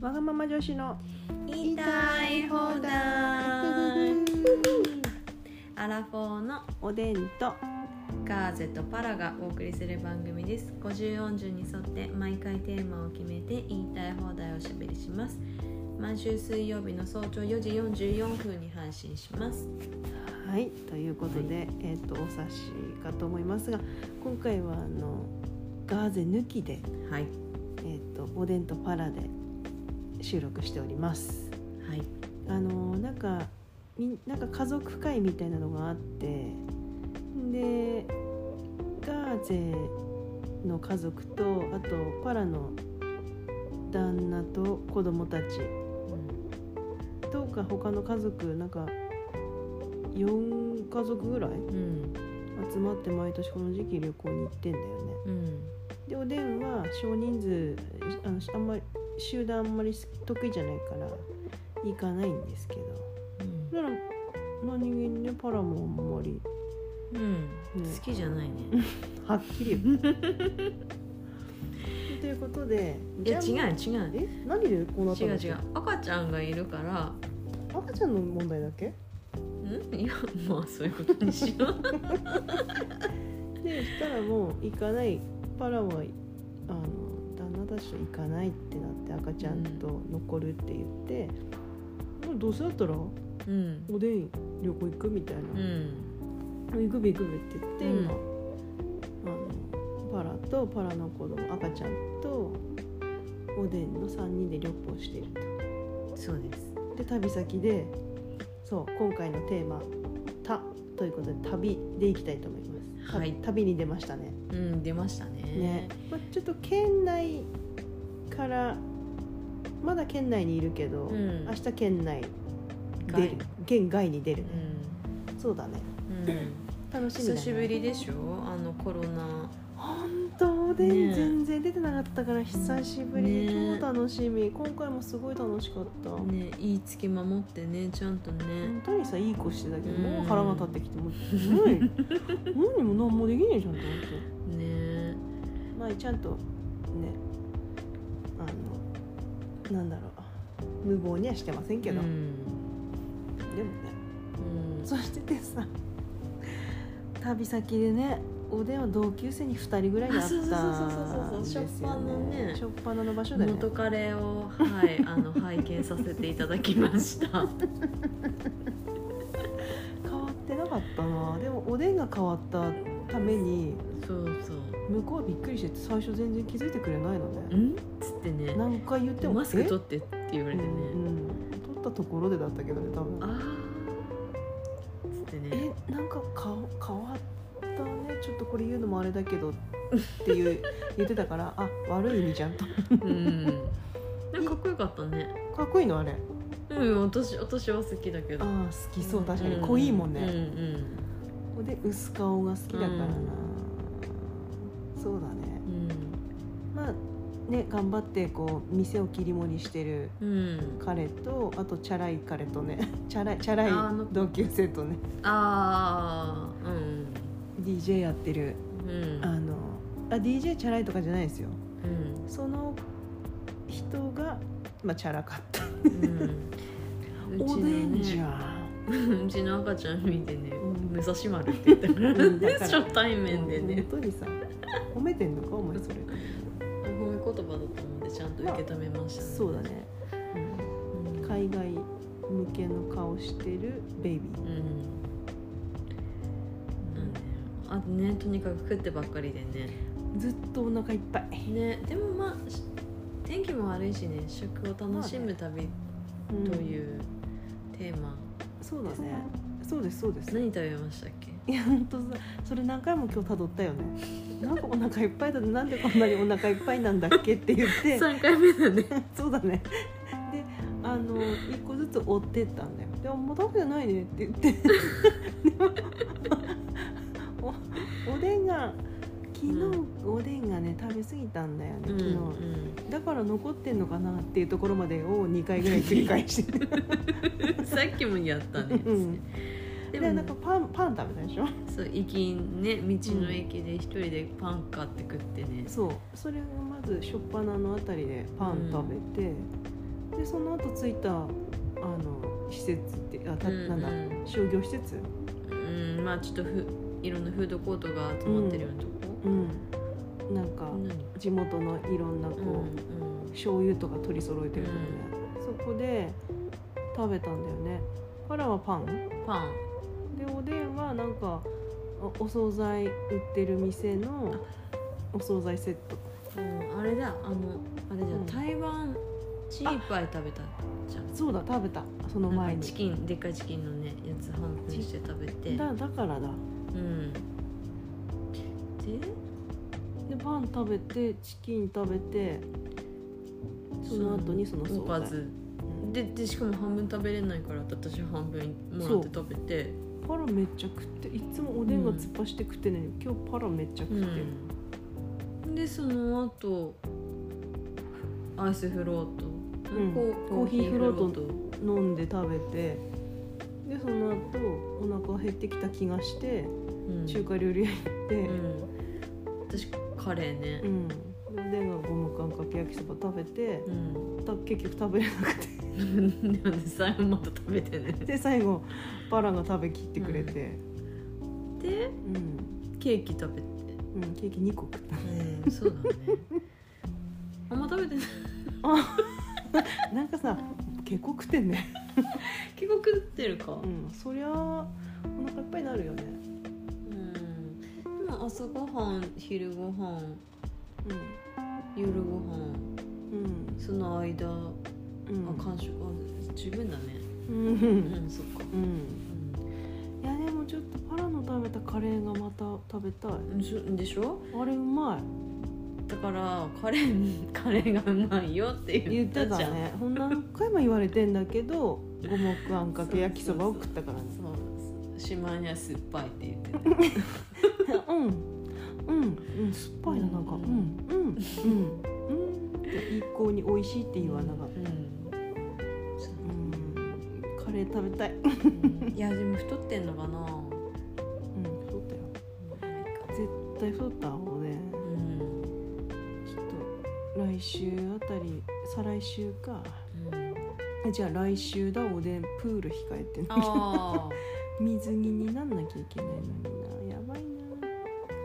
わママ女子の言いたい放題アラフォーのおでんとガーゼとパラがお送りする番組です50、40に沿って毎回テーマを決めて言いたい放題をおしゃべりします毎週水曜日の早朝4時44分に配信しますはいということで、えっ、とお察しかと思いますが今回はあのガーゼ抜きではいえっ、とおでんとパラで収録しておりますはいあのなんかみなんか家族会みたいなのがあってでガーゼの家族とあとパラの旦那と子供たちとか他の家族なんか4家族ぐらいうん集まって毎年この時期旅行に行ってんだよねうんでおでんは少人数あのあんまり集団あんまり得意じゃないから行かないんですけどうんだから何気にねパラもあんまりうん、ね好きじゃないねはっ きり言うということでいや違じゃあう違うえ何でこうなった違んうだっけ違う赤ちゃんがいるから赤ちゃんの問題だっけんいやまあそういうことにしようでしたらもう行かないパラはあの旦那たちと行かないってなって赤ちゃんと残るって言って、もうどうせだったらおうんでん旅行行くみたいな、うん行くべ行くべって言って、うん今あのパラとパラの子供赤ちゃんとおでんの3人で旅行しているそうですとで旅先でそう今回のテーマ「た」ということで旅で行きたいと思います、はい旅旅に出ましたねうん出ましたねね、まあ、ちょっと県内からまだ県内にいるけど、うん明日県内出外る県外に出るね、うそうだねん、うん、楽しみだ、久ね、しぶりでしょあのコロナ本当で、ね全然出てなかったから久しぶり、ね超楽しみ今回もすごい楽しかった、ね言いつけ守ってねちゃんとね本当にさいい子してたけど、うんもう腹が立ってきてもう無 理無理も何もできねえじゃんって思ってねまあちゃんとねあのなんだろう無謀にはしてませんけど、うん、でもねうん、そしてでさ旅先でねおでんは同級生に2人ぐらいに会ったんですよ、ね、あそうそうそうそうそうそう初っ端のね初っ端の場所だよね元カレを、はい、あの拝見させていただきました。変わってなかったなでもおでんが変わったためにそうそう。向こうはびっくりしてて最初全然気づいてくれないのねん？つってね。何回言ってもマスクえ取ってって言われてね。うんうん取ったところでだったけどね多分ああ。つってね。えなんかか変わったねちょっとこれ言うのもあれだけどっていう 言ってたからあ悪い意味じゃんとうん。なんかかっこよかったね。かっこいいのあれうん、私私は好きだけあど。ー好きそう確かにん濃いもんうんね、で薄顔が好きだからな、そうだねうんまあね頑張ってこう店を切り盛りしてるうん。うん。彼とあとチャラい彼とね チャラいチャラいあーあの同級生とねああ。うん。 DJ やってるうん。あのあ DJ チャラいとかじゃないですようん。その人が、まあ、チャラかったうん。うちのおでねんじゃんうちの赤ちゃん見てねうん「武蔵丸」って言ったからうんだから初対面でね本当にさ褒めてんのかお前それ褒め言葉だと思うんでちゃんと受け止めましたそうだね、うん海外向けの顔してるベイビうーんなんであとねとにかく食ってばっかりでねずっとお腹いっぱいねでもまあし天気も悪いしね食を楽しむ旅とうんいうテーマそうだねそうですそうです何食べましたっけいや本当さそれ何回も今日辿ったよねなんかお腹いっぱいだなんでこんなにお腹いっぱいなんだっけって言って3回目だねそうだね であの1個ずつ追ってったんだよでももう食べてないねって言ってでもおおでんが昨日、おでんがね食べ過ぎたんだよねう昨ん日、うんだから残ってんのかなっていうところまでを2回ぐらい繰り返して ねさっきもやったねうんででもなんかパンパン食べたでしょそう駅ね道の駅で一人でパン買って食ってね、そうそれをまずしょっぱなのあたりでパン食べて、でその後着いたあの施設ってあた、うんなんだうん商業施設、うんまあちょっとふいろんなフードコートが集まってるようなとうん、なんかこ、何地元のいろんなこう、うん醤油とか取り揃えてるとこね、そこで食べたんだよねパラはパンうんパンでおでんはなんかおお惣菜売ってる店のお惣菜セットうんあれだあのあれじゃ、うんん、台湾チーパイ食べたじゃんそうだ食べたそのな前んかにチキンでっかいチキンのねやつ半分にして食べてだだからだうんででパン食べてチキン食べてその後にそのお惣か菜ずうんででしかも半分食べれないから私半分もらって食べてパラめっちゃ食っていつもおでんが突っ走って食ってんのに、今日パラめっちゃ食ってる、うんでその後アイスフロート、うんこうコーヒーフロートコーヒ飲んで食べてでその後お腹減ってきた気がしてー中華料理屋行って、うん、うん私カレーねうん、でおでんが五目あんかけ焼きそば食べてう、ん、た結局食べれなくて でもね最後また食べてねで最後パラが食べきってくれて、でうんケーキ食べてうんケーキ2個食ったうんそうだねあんま食べてないなんかさ結構食ってんね、結構食ってるかうん、そりゃお腹いっぱいになるよね、うんでも朝ごはん昼ごはん夜ごはんうんその間、うんあ完食あ十分だねううんん、そっかうんういやでもちょっとパラの食べたカレーがまた食べたいんそでしょあれうまいだからカレー カレーがうまいよって言言っったてじたゃんねほん何回も言われてんだけど 五目あんかけ焼きそばを食ったからねそうしまいには酸っぱいって言ってたうんうんうん酸っぱいななんかううんんうんうんうんって一向に美味しいって言わなかったうんそううんカレー食べたいうんうんいやでも太ってんのかな太ったよ絶対太ったもうねうんちょっと来週あたり再来週かうんあじゃあ来週だおでんプール控えてねああ水着になんなきゃいけないのになやばいな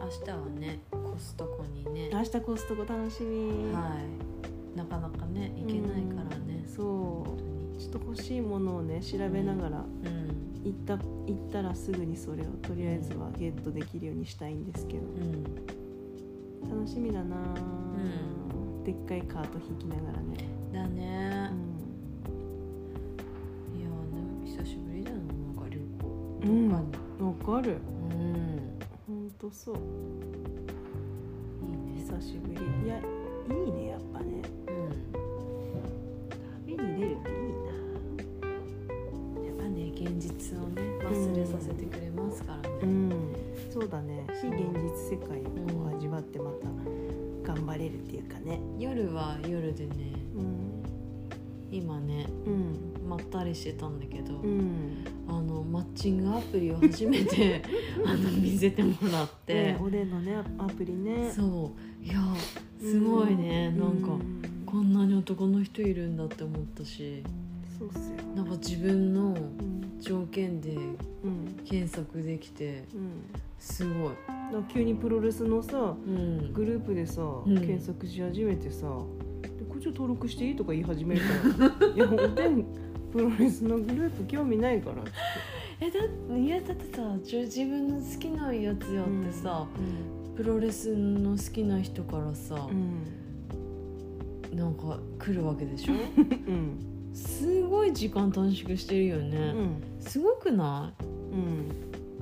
明日はねコストコにね明日コストコ楽しみ、はいなかなかね行けないからねうんそ本当うにちょっと欲しいものをね調べながらうん行った行ったらすぐにそれをとりあえずはゲットできるようにしたいんですけどうん楽しみだな、でっかいカート引きながらね、だねういやね久しぶりだななんか旅う行んどっかん、わかるにうんほんとそういいね久しぶりいやいいねやっぱねう旅んに出るっていいやっぱね現実をね忘れさせてくれますからね、なうんそうだね非現実世界をこう味わってまた頑張れるっていうかね夜は夜でねうん今ねうんまったりしてたんだけど、うんあのマッチングアプリを初め てあの見せてもらって、ねおでんのねアアプリねそういやすごいね、なんか、うこんなに男の人いるんだって思ったしそうっすよなんか自分のうん条件でうん検索できてうんすごい、だから急にプロレスのさうん、グループでさ、ん検索し始めてさでこっちを登録していいとか言い始める からいやおでんプロレスのグループ興味ないからって、えだいやだってさじゅ自分の好きなやつやってさ、うんプロレスの好きな人からさう、んなんか来るわけでしょうんすごい時間短縮してるようね、んすごくなうん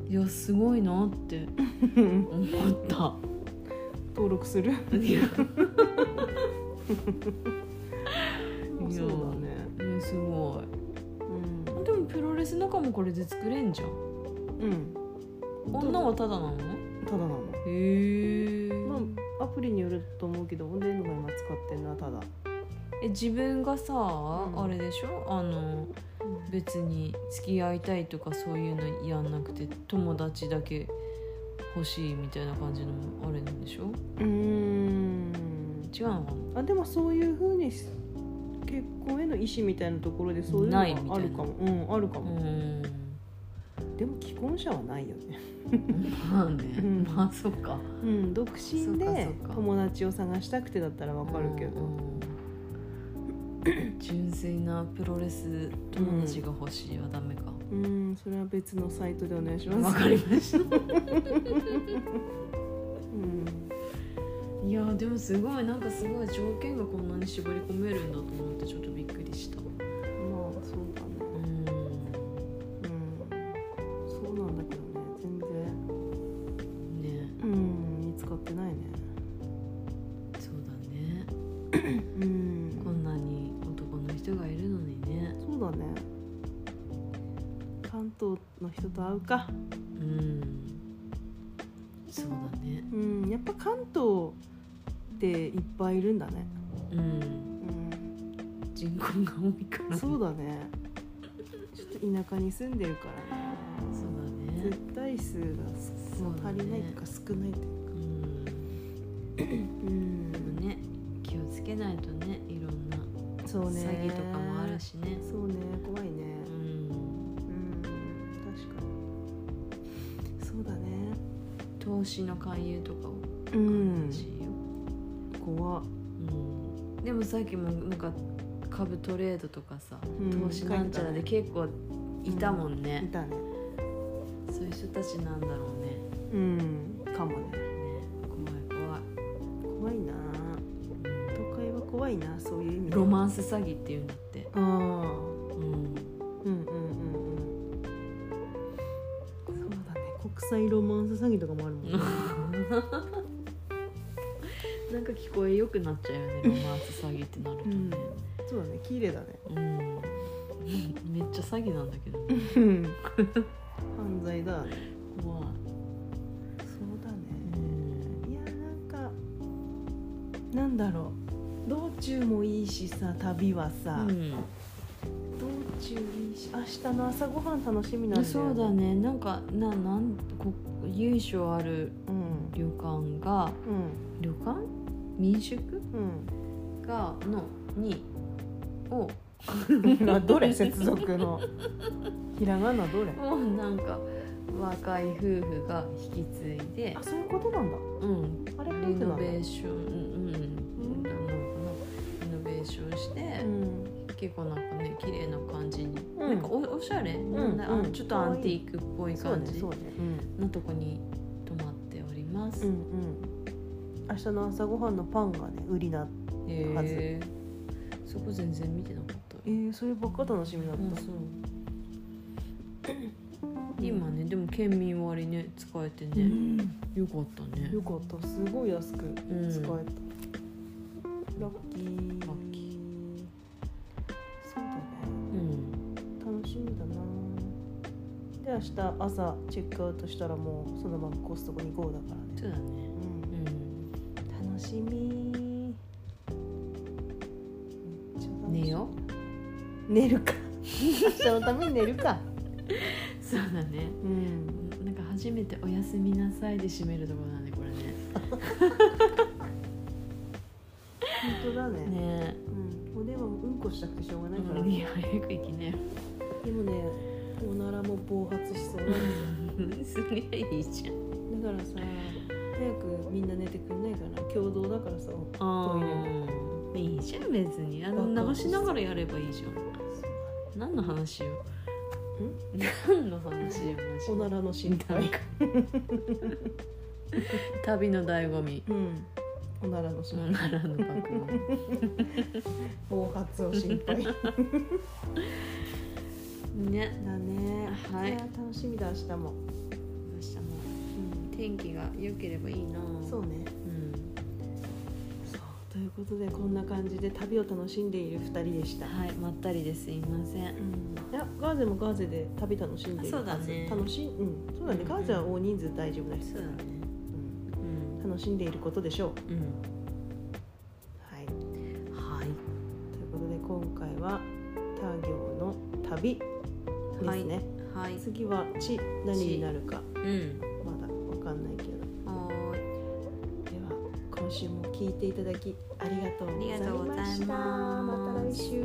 いいやすごいなってうん思 った登録するいや そうだねうんすうごんいでもプロレス仲もこれで作れんじゃんうん女はただなのただなのへえ、まあ、アプリによると思うけどおでんのが今使ってるのはただ、え自分がさ、んあれでしょあの別に付き合いたいとかそういうのやんなくて友達だけ欲しいみたいな感じのあれなんでしょうーん違うのかなあでもそういうふうにし結婚への意思みたいなところでそういうのないみがたあいなるかもうんあるかうも、んでも既婚者はないよね、まあね、うんまあそっかうん、独身でそうかそうか友達を探したくてだったらわかるけど、うん純粋なプロレス友達が欲しいはダメかうん、それは別のサイトでお願いしわます。かりましたうん、いやでもすごいなんかすごい条件がこんなに絞り込めるんだと思ってちょっとびっくりしたまあ、そうだね。うんうん、そうなんだけどね、全然、ねうん、見つかってないね。そうだねうんこんなに男の人がいるのにねそうだね。関東の人と会うか。うんそうだねうん、やっぱ関東っていっぱいいるんだね。うんう人口が多いからん、そそううだね。ちょっと田舎に住んでるからね。だね絶対数がそうだね足りないとか少ないというか。うんうんでもね気をつけないとねいろんなそうね。詐欺とかもあるしねそうね怖いねうんうん確かにそうだね投資の勧誘とかをうらしいよ、怖うんでもさっきもなんか株トレードとかさうん投資なんちゃらで結構いたもんいね、たねそういう人たちなんだろうねうんかもねね怖い怖い、怖いなうん都会は怖いなそういう意味でロマンス詐欺っていうんだって、ああうん、うんうんうんうんそうだね国際ロマンス詐欺とかもあるもん ねなんか聞こえよくなっちゃうよねロマンス詐欺ってなるとね、そうだね綺麗だねうんめっちゃ詐欺なんだけどね犯罪だそう怖い、だねいやなんかなんだろう道中もいいしさ旅はさ、うん道中いいし明日の朝ごはん楽しみなんだよ、ね、そうだねなんかななんこ由緒あるうん旅館がうん旅館民宿うがのにをんなどれ接続のひらがなどれもうなんか若い夫婦が引き継いであ、そういうことなんだうん、あれ夫リ婦なノんベだーションうんうんなのかなリノベーションして、うん結構なんかね綺麗な感じに、うんなんかおおしゃれ、なんだあうんちょっとアンティークっぽいそう感ねじそうねのとこに泊まっておりますうんう、んうん明日の朝ごはんのパンがね売りなはずへえそこ全然見てなかったえー、そればっか楽しみだっうんた、 そう今ねでも県民割ね使えてうね、んよかったねよかったすごい安くうん使えた、ラッキーラッキそうだねうん楽しみだなで明日朝チェックアウトしたらもうそのままコストコに行こうだからね、そうだねううんん、楽しみめっちゃ楽しみ寝よ寝るか明日のために寝るかそうだねうんなんか初めて「おやすみなさい」で締めるところなんでこれね本当だねねうん、おでんはもううんこしたくてしょうがえないから、うんいや早く行きねでもねおならも暴発しそうなんですよすげえいいじゃんだからさ早くみんな寝てくれないかな共同だからさあーいいじゃん別にあの流しながらやればいいじゃん何の話よ何の話よマジでおならの心配旅の醍醐味うんおならの心配奈良の爆暴発を心配 だ音ねねはいや楽しみだ明日も、明日も天気が良ければいいなそうねうんそうということでこんな感じで旅を楽しんでいる2人でした、はいまったりですいませんいやガーゼもガーゼで旅楽しんでいるはずあそうだね楽しいうんそうだね、うんガーゼは大人数大丈夫な人だから、ねうんうん、楽しんでいることでしょうはいはいということで今回は他行の旅ですね、はい次は「地」何になるかうんまだわかんないけどではーいは今今週も聞いていただきありがとうあごりざがいとうございまますしたまた来週